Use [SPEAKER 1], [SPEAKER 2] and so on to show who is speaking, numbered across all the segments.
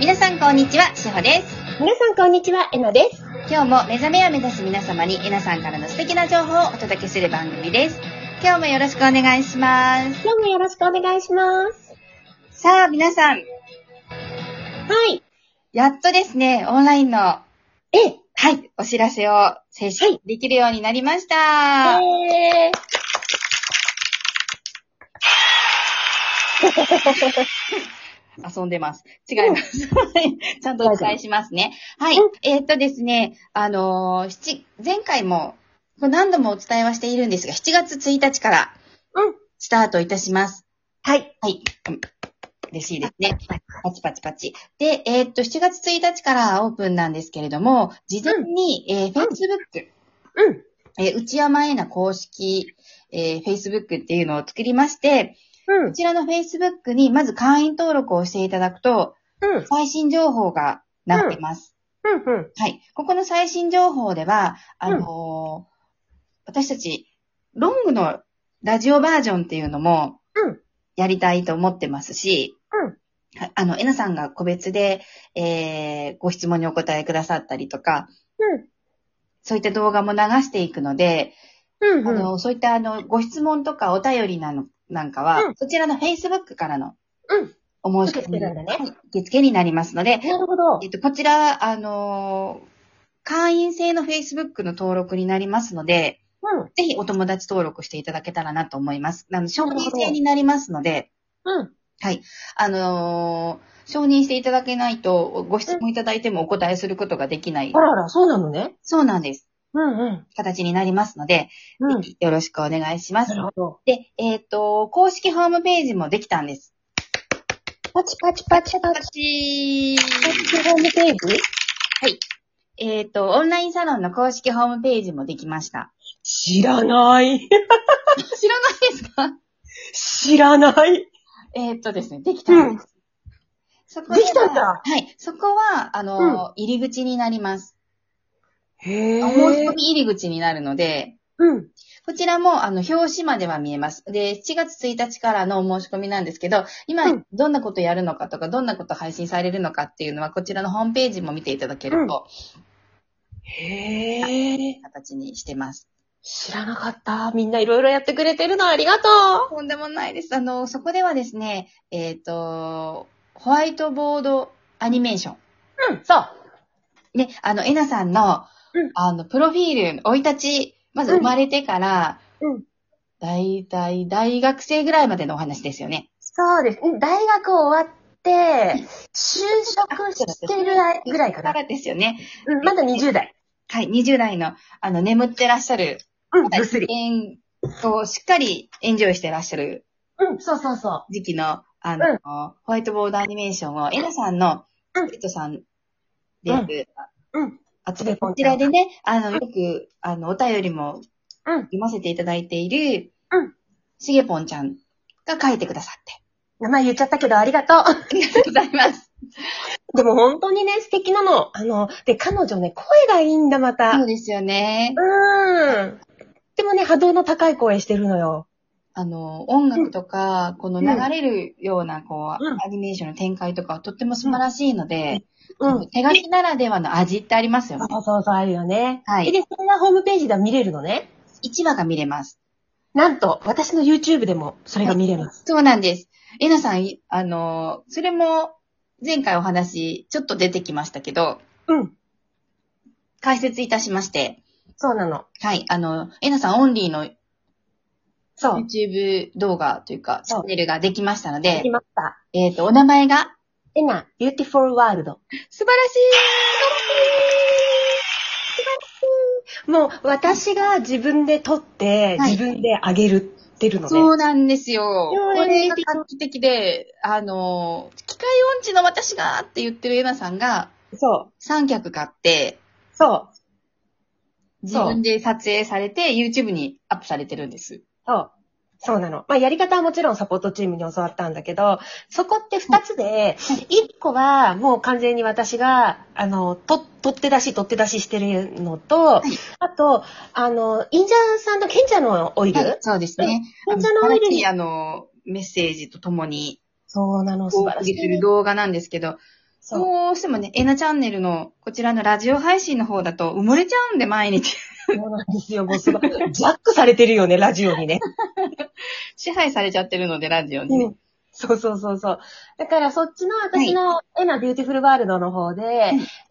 [SPEAKER 1] 皆さんこんにちは、しほです。
[SPEAKER 2] 皆さんこんにちは、えのです。
[SPEAKER 1] 今日も目覚めを目指す皆様にえなさんからの素敵な情報をお届けする番組です。今日もよろしくお願いします。
[SPEAKER 2] 今日もよろしくお願いします。
[SPEAKER 1] さあ皆さん、
[SPEAKER 2] はい。
[SPEAKER 1] やっとですね、オンラインの、は
[SPEAKER 2] え、
[SPEAKER 1] い、お知らせを正式できるようになりました。
[SPEAKER 2] え
[SPEAKER 1] 遊んでます。違います。はいちゃんとお伝えしますね。はい
[SPEAKER 2] うん。
[SPEAKER 1] えーっとですね、あのー七前回も、これ何度もお伝えはしているんですが、7月1日から、
[SPEAKER 2] うん
[SPEAKER 1] スタートいたします。
[SPEAKER 2] はい。
[SPEAKER 1] はい。うん嬉しいですね。パチパチパチ。で、えーっと、7月1日からオープンなんですけれども、事前に、えー Facebook、
[SPEAKER 2] うん。
[SPEAKER 1] えー内山えな公式、えー Facebook っていうのを作りまして、
[SPEAKER 2] うん
[SPEAKER 1] こ。ちらの Facebook にまず会員登録をしていただくと、
[SPEAKER 2] うん。
[SPEAKER 1] 最新情報がなってます。
[SPEAKER 2] うん。うん。
[SPEAKER 1] はい。ここの最新情報では、あのー私たち、ロングのラジオバージョンっていうのも
[SPEAKER 2] うん、
[SPEAKER 1] やりたいと思ってますし、
[SPEAKER 2] うん
[SPEAKER 1] はあの、えなさんが個別で、えー、ご質問にお答えくださったりとか、そういった動画も流していくので、
[SPEAKER 2] うん。
[SPEAKER 1] あ
[SPEAKER 2] うん。
[SPEAKER 1] の、そういったあの、ご質問とかお便りなの、なんかは、
[SPEAKER 2] うん
[SPEAKER 1] そちらの Facebook からの、
[SPEAKER 2] うん
[SPEAKER 1] お申し込み、
[SPEAKER 2] 受け付けなんだね
[SPEAKER 1] はい受付になりますので、
[SPEAKER 2] なるほど
[SPEAKER 1] え。っと、こちらは、あのー会員制の Facebook の登録になりますので、
[SPEAKER 2] うん。
[SPEAKER 1] ぜひお友達登録していただけたらなと思います。あの、承認
[SPEAKER 2] なるほど
[SPEAKER 1] 制になりますので、
[SPEAKER 2] うん。
[SPEAKER 1] あのー承認していただけないと、ご質問いただいてもお答えすることができない
[SPEAKER 2] あ。らあら、そうなのね。
[SPEAKER 1] そうなんです。
[SPEAKER 2] うんうん。
[SPEAKER 1] 形になりますので、
[SPEAKER 2] うん。
[SPEAKER 1] ぜひよろしくお願いします
[SPEAKER 2] な。るほど。
[SPEAKER 1] で、えっ、と、公式ホームページもできたんです。
[SPEAKER 2] パチパチパチパチ。
[SPEAKER 1] 私
[SPEAKER 2] パチホームページ
[SPEAKER 1] えっ、と、オンラインサロンの公式ホームページもできました。
[SPEAKER 2] 知らない。
[SPEAKER 1] 知らないですか
[SPEAKER 2] 知らない。
[SPEAKER 1] えーっとですね、できたんです。そこでは
[SPEAKER 2] できたんだ
[SPEAKER 1] はい。そこは、あの、入り口になります。
[SPEAKER 2] へ
[SPEAKER 1] お申し込。み入り口になるので、
[SPEAKER 2] うん。
[SPEAKER 1] こちらも、あの、表紙までは見えます。で、7月1日からのお申し込みなんですけど、今
[SPEAKER 2] うん、
[SPEAKER 1] どんなことやるのかとか、どんなこと配信されるのかっていうのは、こちらのホームページも見ていただけると、
[SPEAKER 2] へえ。
[SPEAKER 1] 形にしてます。
[SPEAKER 2] 知らなかった。みんないろいろやってくれてるのありがと
[SPEAKER 1] とんでもないです。あの、そこではですね、えーっ、と、ホワイトボードアニメーション。
[SPEAKER 2] う。うん。そう。
[SPEAKER 1] ね、あの、えなさんの、
[SPEAKER 2] うん
[SPEAKER 1] あの、プロフィール、生い立ち、まず生まれてから、
[SPEAKER 2] うん
[SPEAKER 1] だいたい大学生ぐらいまでのお話ですよね。
[SPEAKER 2] そうです。ん大学終わって、就職してるぐらいか
[SPEAKER 1] か
[SPEAKER 2] な。
[SPEAKER 1] らですよね。
[SPEAKER 2] うんまだ20代。
[SPEAKER 1] はい、20代の、あの、眠ってらっしゃる、
[SPEAKER 2] うん、
[SPEAKER 1] まだ
[SPEAKER 2] ぐっすり。
[SPEAKER 1] 演をしっかりエンジョイしてらっしゃる
[SPEAKER 2] うん、そうそうそ
[SPEAKER 1] 時期の、あの、
[SPEAKER 2] うん
[SPEAKER 1] ホワイトボードアニメーションを、えなさんの、
[SPEAKER 2] う
[SPEAKER 1] 生
[SPEAKER 2] ん
[SPEAKER 1] 徒さんでやる、
[SPEAKER 2] う。うん。
[SPEAKER 1] あつこちらでね、あの、よく、あの、お便りも
[SPEAKER 2] うん。
[SPEAKER 1] 読ませていただいている、
[SPEAKER 2] うん。
[SPEAKER 1] しげぽんちゃんが書いてくださって。
[SPEAKER 2] 名前言っちゃったけどありがとう。
[SPEAKER 1] ありがとうございます。
[SPEAKER 2] でも本当にね、素敵なの。あの、で、彼女ね、声がいいんだ、また。
[SPEAKER 1] そううですよね。
[SPEAKER 2] ーん。でもね、波動の高い声してるのよ。
[SPEAKER 1] あの、音楽とか、この流れるような、こう、
[SPEAKER 2] うん
[SPEAKER 1] アニメーションの展開とかはとっても素晴らしいので、
[SPEAKER 2] うん。
[SPEAKER 1] 手書きならではの味ってありますよ
[SPEAKER 2] そ
[SPEAKER 1] ね。
[SPEAKER 2] うそうそう、あるよね。
[SPEAKER 1] はい
[SPEAKER 2] で、そんなホームページでは見れるのね。
[SPEAKER 1] 1話が見れます。
[SPEAKER 2] なんと、私の YouTube でもそれが見れます。
[SPEAKER 1] そうなんです。えなさん、いあの、それも、前回お話、ちょっと出てきましたけど、
[SPEAKER 2] うん。
[SPEAKER 1] 解説いたしまして、
[SPEAKER 2] そうなの。
[SPEAKER 1] はい、あの、えなさんオンリーの
[SPEAKER 2] そう。
[SPEAKER 1] YouTube 動画というか、チ
[SPEAKER 2] そ
[SPEAKER 1] ャ
[SPEAKER 2] う
[SPEAKER 1] ンネルができましたの
[SPEAKER 2] で
[SPEAKER 1] で
[SPEAKER 2] き、ました。
[SPEAKER 1] えっ、と、お名前が
[SPEAKER 2] エナ、ビューティフォルワールド。
[SPEAKER 1] 素晴らし
[SPEAKER 2] もう私が自分で撮って、
[SPEAKER 1] はい
[SPEAKER 2] 自分であげるってるの
[SPEAKER 1] い
[SPEAKER 2] ね。
[SPEAKER 1] そうなんですよ。
[SPEAKER 2] いや
[SPEAKER 1] これ
[SPEAKER 2] いい
[SPEAKER 1] が画期的で、あの、機械音痴の私がって言ってるエナさんが
[SPEAKER 2] そう。
[SPEAKER 1] 3脚買って、
[SPEAKER 2] そう。
[SPEAKER 1] 自分で撮影されて YouTube にアップされてるんです。
[SPEAKER 2] そう。そうなの。まあ、やり方はもちろんサポートチームに教わったんだけど、そこって二つで、一個はもう完全に私が、あの、と、取って出し、取って出ししてるのと、
[SPEAKER 1] い
[SPEAKER 2] あと、あの、インジャーさんのケンジャのオイル、
[SPEAKER 1] はいそうですね。
[SPEAKER 2] ケンジャ
[SPEAKER 1] あ
[SPEAKER 2] の
[SPEAKER 1] の
[SPEAKER 2] オイ
[SPEAKER 1] 素晴ら
[SPEAKER 2] ル
[SPEAKER 1] しい
[SPEAKER 2] に、
[SPEAKER 1] あの、メッセージとともに
[SPEAKER 2] そうなの、
[SPEAKER 1] お
[SPEAKER 2] 素晴
[SPEAKER 1] 送
[SPEAKER 2] らし
[SPEAKER 1] りする
[SPEAKER 2] い。
[SPEAKER 1] 動画なんですけど、
[SPEAKER 2] そう
[SPEAKER 1] どうしてもね、エナチャンネルの、こちらのラジオ配信の方だと埋もれちゃうんで、毎日。
[SPEAKER 2] そうなんですよ、もうすごい。ジャックされてるよね、ラジオにね。
[SPEAKER 1] 支配されちゃってるので、ラジオにね。
[SPEAKER 2] そうそうそうそう。だからそっちの私のエナビューティフルワールドの方で、
[SPEAKER 1] い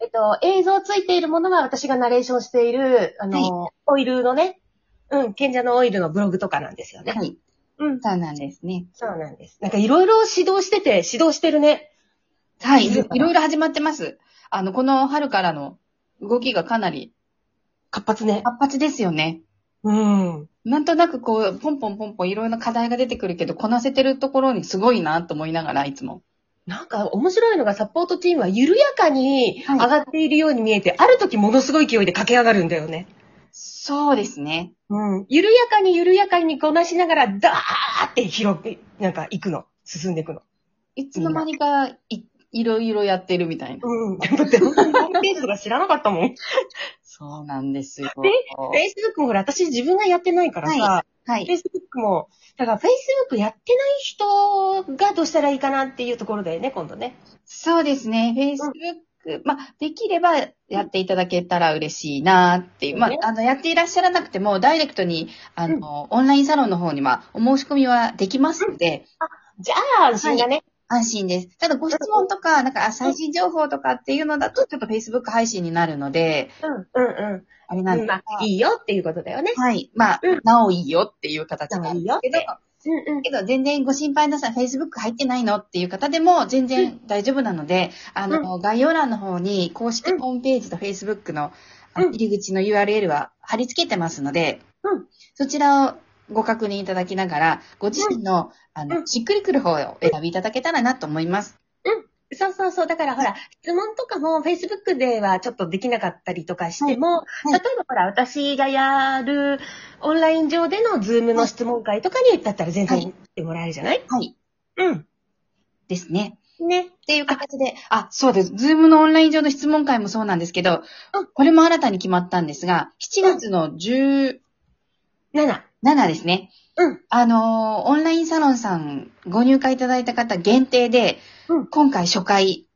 [SPEAKER 2] えっと、映像ついているものは私がナレーションしている、あの、オイルのね、うん、賢者のオイルのブログとかなんですよね。
[SPEAKER 1] はい。
[SPEAKER 2] うん、
[SPEAKER 1] そうなんですね。
[SPEAKER 2] そうなんです。なんかいろいろ指導してて、指導してるね。
[SPEAKER 1] はい。い
[SPEAKER 2] いい
[SPEAKER 1] ろ
[SPEAKER 2] の
[SPEAKER 1] い
[SPEAKER 2] かな
[SPEAKER 1] ろいろ始まってます。あの、この春からの動きがかなり
[SPEAKER 2] 活発ね。
[SPEAKER 1] 活発ですよね。
[SPEAKER 2] うん。
[SPEAKER 1] なんとなくこう、ポンポンポンポンいろいろな課題が出てくるけど、こなせてるところにすごいなと思いながら、いつも。
[SPEAKER 2] なんか面白いのがサポートチームは緩やかに
[SPEAKER 1] はい
[SPEAKER 2] 上がっているように見えて、ある時ものすごい勢いで駆け上がるんだよね。
[SPEAKER 1] そうですね。
[SPEAKER 2] うん。緩やかに緩やかにこなしながら、ダーって広く、なんか行くの。進んでいくの。
[SPEAKER 1] いつの間にかい、いろいろやってるみたいな。
[SPEAKER 2] うん。 だって本当にホームページとか知らなかったもん。
[SPEAKER 1] そうなんですよ。
[SPEAKER 2] Facebook もほら、私自分がやってないからさ、
[SPEAKER 1] はい。
[SPEAKER 2] Facebook も、だから Facebook やってない人がどうしたらいいかなっていうところだよね、今度ね。
[SPEAKER 1] そうですね。Facebook、まあ、できればやっていただけたら嬉しいなっていう。まあ
[SPEAKER 2] ね、
[SPEAKER 1] あの、やっていらっしゃらなくても、ダイレクトに、あの、オンラインサロンの方には、お申し込みはできますので、
[SPEAKER 2] じゃあ、安心だね。
[SPEAKER 1] 安心です。ただ、ご質問とか、なんか、あ最新情報とかっていうのだと、ちょっと Facebook 配信になるので、
[SPEAKER 2] うん、うん、うん。
[SPEAKER 1] あれなんで
[SPEAKER 2] まあ、いいよっていうことだよね。
[SPEAKER 1] はい。まあ、なおいいよっていう形
[SPEAKER 2] なお
[SPEAKER 1] ないん
[SPEAKER 2] い
[SPEAKER 1] で
[SPEAKER 2] よ
[SPEAKER 1] す
[SPEAKER 2] っ
[SPEAKER 1] け
[SPEAKER 2] て
[SPEAKER 1] ど、
[SPEAKER 2] うん、うん。
[SPEAKER 1] けど、全然ご心配なさい。Facebook 入ってないのっていう方でも全然大丈夫なので、あの、概要欄の方に公式ホームページと Facebook のあの
[SPEAKER 2] うん
[SPEAKER 1] 入り口の URL は貼り付けてますので、
[SPEAKER 2] うん
[SPEAKER 1] そちらをご確認いただきながら、ご自身の、あ
[SPEAKER 2] う
[SPEAKER 1] の、
[SPEAKER 2] ん
[SPEAKER 1] しっくりくる方を選びいただけたらなと思います。
[SPEAKER 2] そうそうそう。だからほら、質問とかも Facebook ではちょっとできなかったりとかしても、
[SPEAKER 1] いはい
[SPEAKER 2] 例えばほら、私がやるオンライン上での Zoom の質問会とかにだったら全
[SPEAKER 1] はい
[SPEAKER 2] 然ってもらえるじゃない、
[SPEAKER 1] はい。ですね。
[SPEAKER 2] うん。
[SPEAKER 1] っ
[SPEAKER 2] ね。
[SPEAKER 1] ていう形で、あ、そうです。ズームのオンライン上の質問会もそうなんですけど
[SPEAKER 2] うん、
[SPEAKER 1] これも新たに決まったんですが、7月の17
[SPEAKER 2] 7。
[SPEAKER 1] ですね。
[SPEAKER 2] うん。
[SPEAKER 1] あのーオンラインサロンさんご入会いただいた方限定で、
[SPEAKER 2] うん
[SPEAKER 1] 今回初回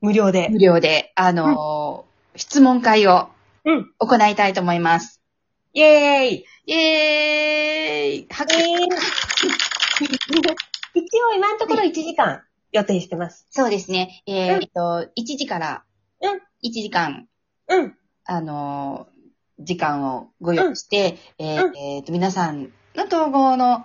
[SPEAKER 2] 無料で。
[SPEAKER 1] 無料で、あのー質問会を
[SPEAKER 2] うん。
[SPEAKER 1] 行いたいと思います。
[SPEAKER 2] イェーイ
[SPEAKER 1] イエーイ拍手、
[SPEAKER 2] 一応今のところ1時間予定してます。
[SPEAKER 1] そうですね。えー
[SPEAKER 2] うん
[SPEAKER 1] えっと、1時から、
[SPEAKER 2] うん
[SPEAKER 1] 1時間
[SPEAKER 2] うん。
[SPEAKER 1] あのー、時間をご用意して、えー
[SPEAKER 2] うん
[SPEAKER 1] えーと、皆さんの統合の、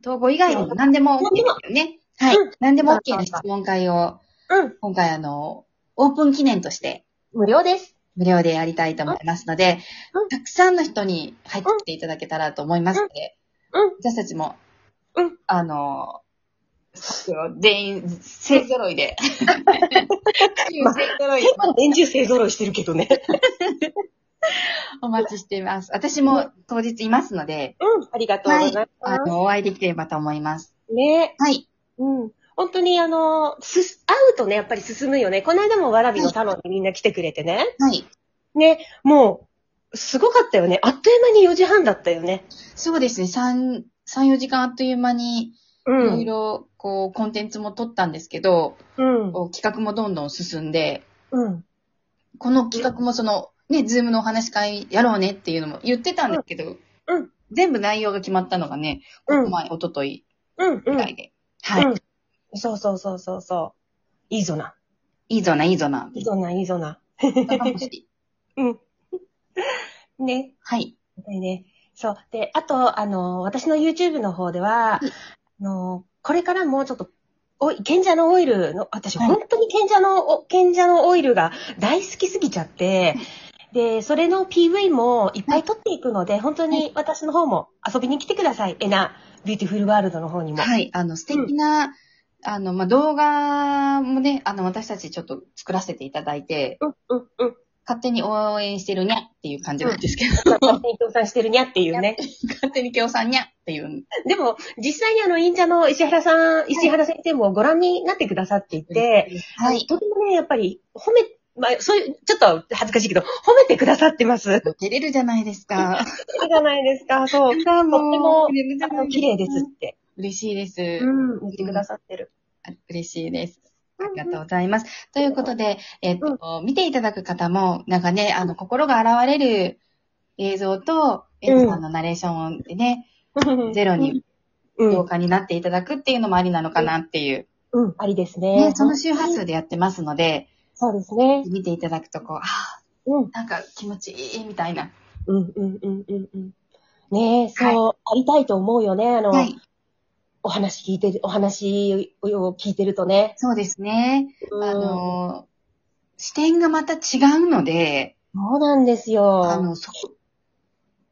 [SPEAKER 1] 統合以外でも何でも OK
[SPEAKER 2] 何でも
[SPEAKER 1] ですよね。はい
[SPEAKER 2] うん。
[SPEAKER 1] 何でも OK
[SPEAKER 2] そ
[SPEAKER 1] な
[SPEAKER 2] うそう
[SPEAKER 1] 質
[SPEAKER 2] そう
[SPEAKER 1] 問会を、
[SPEAKER 2] うん。
[SPEAKER 1] 今回あの、オープン記念として
[SPEAKER 2] 無料です。
[SPEAKER 1] 無料でやりたいと思いますので
[SPEAKER 2] うん、
[SPEAKER 1] たくさんの人に入ってきていただけたらと思いますので、
[SPEAKER 2] うんうん
[SPEAKER 1] 私たちも、
[SPEAKER 2] うん
[SPEAKER 1] あのー、全員、勢揃い で。チーム勢揃いで
[SPEAKER 2] まあ、年中勢揃いしてるけどね。
[SPEAKER 1] お待ちしています。私も当日いますので、
[SPEAKER 2] うん。ありがとうございま
[SPEAKER 1] あ
[SPEAKER 2] す。
[SPEAKER 1] の、お会いできればと思います。
[SPEAKER 2] ね。
[SPEAKER 1] はい。
[SPEAKER 2] うん。本当にあの、すす、会うとね、やっぱり進むよね。この間もわらびのサロンにみんな来てくれてね。
[SPEAKER 1] はい。
[SPEAKER 2] ね、もう、すごかったよね。あっという間に4時半だったよね。
[SPEAKER 1] そうですね。3、3、4時間あっという間に、い
[SPEAKER 2] うん。
[SPEAKER 1] ろいろ、こう、コンテンツも撮ったんですけど、
[SPEAKER 2] うん。
[SPEAKER 1] こう企画もどんどん進んで、
[SPEAKER 2] うん。
[SPEAKER 1] この企画もその、ね、ズームのお話し会やろうねっていうのも言ってたんですけど、
[SPEAKER 2] うんうん
[SPEAKER 1] 全部内容が決まったのがね、こ
[SPEAKER 2] うん
[SPEAKER 1] の前、おととい
[SPEAKER 2] うん。う
[SPEAKER 1] ぐ
[SPEAKER 2] ん。
[SPEAKER 1] らいで。はい。
[SPEAKER 2] うんそうそうそうそうそう。いいぞな。
[SPEAKER 1] いいぞな、いいぞな。
[SPEAKER 2] いいぞな、いいぞ な。うん。ね。
[SPEAKER 1] はい。
[SPEAKER 2] でね。そう。で、あと、あの、私の YouTube の方では、あの、これからもちょっと、おい、賢者のオイルの、私、
[SPEAKER 1] はい
[SPEAKER 2] 本当に賢者の、お賢者のオイルが大好きすぎちゃって、で、それの PV もいっぱい撮っていくので、本当に私の方も遊びに来てください。エナ、ビューティフルワールドの方にも。
[SPEAKER 1] はい、あの、素敵な、あの、まあ、動画もね、あの、私たちちょっと作らせていただいて、
[SPEAKER 2] うん、うん、うん。
[SPEAKER 1] 勝手に応援してるにゃっていう感じなんですけど、
[SPEAKER 2] 勝手に協賛してるにゃっていうね。
[SPEAKER 1] 勝手に協賛にゃっていう。
[SPEAKER 2] でも、実際にあの、忍者の石原さん、石原先生もご覧になってくださっていて、
[SPEAKER 1] はい。
[SPEAKER 2] とてもね、やっぱり、褒め、まあ、そういう、ちょっと恥ずかしいけど、褒めてくださってます。
[SPEAKER 1] 照れるじゃないです か。
[SPEAKER 2] いいじゃないですか、そう。
[SPEAKER 1] あ
[SPEAKER 2] とっても
[SPEAKER 1] 照れるじ
[SPEAKER 2] あ
[SPEAKER 1] ゃな
[SPEAKER 2] の
[SPEAKER 1] い
[SPEAKER 2] 綺麗ですっ。て。
[SPEAKER 1] 嬉しいです。
[SPEAKER 2] うん。言ってくださってる。
[SPEAKER 1] 嬉しいです。ありがとうございます。ということで、えっと、見ていただく方も、なんかね、あの、心が現れる映像と、エルさんのナレーションでね、ゼロに、
[SPEAKER 2] うん
[SPEAKER 1] 動画になっていただくっていうのもありなのかなっていう。
[SPEAKER 2] うん、ありですね。
[SPEAKER 1] ね、その周波数でやってますので、
[SPEAKER 2] そうですね。
[SPEAKER 1] 見ていただくとこう、ああ、
[SPEAKER 2] うん、
[SPEAKER 1] なんか気持ちいいみたいな。
[SPEAKER 2] うん、うん、うん、うん。うんねえ、そう、ありたいと思うよね。あの、
[SPEAKER 1] はい。
[SPEAKER 2] お話聞いてる、お話を聞いてるとね。
[SPEAKER 1] そうですね。
[SPEAKER 2] うん
[SPEAKER 1] あの、視点がまた違うので、
[SPEAKER 2] そうなんですよ。
[SPEAKER 1] あの、そこ、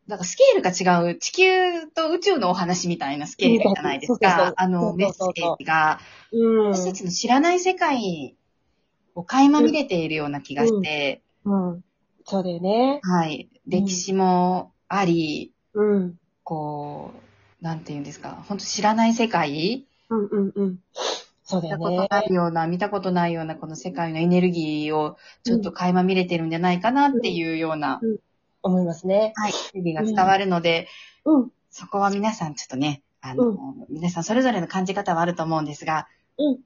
[SPEAKER 1] なんかスケールが違う、地球と宇宙のお話みたいなスケールじゃないです
[SPEAKER 2] そうそうそう
[SPEAKER 1] か。あ
[SPEAKER 2] そう
[SPEAKER 1] の、メ
[SPEAKER 2] そ
[SPEAKER 1] ッ
[SPEAKER 2] う
[SPEAKER 1] セ
[SPEAKER 2] そうそう
[SPEAKER 1] ージが、
[SPEAKER 2] うん。
[SPEAKER 1] 私たちの知らない世界を垣間見れているような気がして、
[SPEAKER 2] うん。そうだよね。
[SPEAKER 1] はい。歴史もあり、
[SPEAKER 2] うん。
[SPEAKER 1] こう、なんていうんですか、本当知らない世界
[SPEAKER 2] うんうんうん。そうだ
[SPEAKER 1] 見た
[SPEAKER 2] よ
[SPEAKER 1] こと
[SPEAKER 2] ね。
[SPEAKER 1] ないような、見たことないような、この世界のエネルギーをちょっと垣間見れてるんじゃないかなっていうような、
[SPEAKER 2] 思いますね。
[SPEAKER 1] はい、意義が伝わるので、
[SPEAKER 2] うん。
[SPEAKER 1] そこは皆さんちょっとね、あの、
[SPEAKER 2] う
[SPEAKER 1] 皆さんそれぞれの感じ方はあると思うんですが、
[SPEAKER 2] うん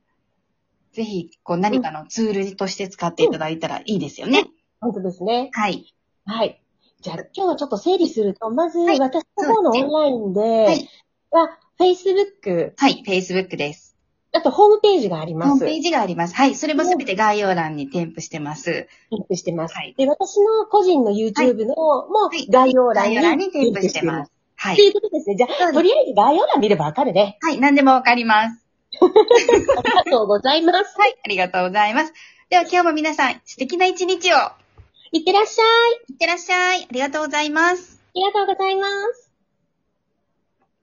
[SPEAKER 1] ぜひ、こう何かのツールとして使っていただいたらいいですよね。
[SPEAKER 2] 本当ですね。
[SPEAKER 1] はい。
[SPEAKER 2] はい。じゃあ今日はちょっと整理すると、まず
[SPEAKER 1] はい
[SPEAKER 2] 私の方のオンラインで
[SPEAKER 1] はい
[SPEAKER 2] は、Facebook、
[SPEAKER 1] はい、Facebook です。
[SPEAKER 2] あとホームページがあり
[SPEAKER 1] ホー
[SPEAKER 2] ま
[SPEAKER 1] ム
[SPEAKER 2] す。
[SPEAKER 1] ページがあります。はい、それもすべて概要欄に添付してます。
[SPEAKER 2] 添付してます。
[SPEAKER 1] はい
[SPEAKER 2] で、私の個人の YouTube のも
[SPEAKER 1] はい
[SPEAKER 2] 概要欄
[SPEAKER 1] 概
[SPEAKER 2] に
[SPEAKER 1] 要欄に添付して
[SPEAKER 2] 添
[SPEAKER 1] ま
[SPEAKER 2] 付して
[SPEAKER 1] す。は
[SPEAKER 2] ます。と
[SPEAKER 1] い。
[SPEAKER 2] いうことですね。じゃ
[SPEAKER 1] そうで
[SPEAKER 2] あ、
[SPEAKER 1] す
[SPEAKER 2] とりあえず概要欄見ればわかるね。
[SPEAKER 1] はい、何でもわかります。
[SPEAKER 2] ありがとうございます。
[SPEAKER 1] はい、ありがとうございます。では今日も皆さん素敵な一日を。
[SPEAKER 2] いってらっしゃい。
[SPEAKER 1] いってらっしゃい。ありがとうございます。
[SPEAKER 2] ありがとうございます。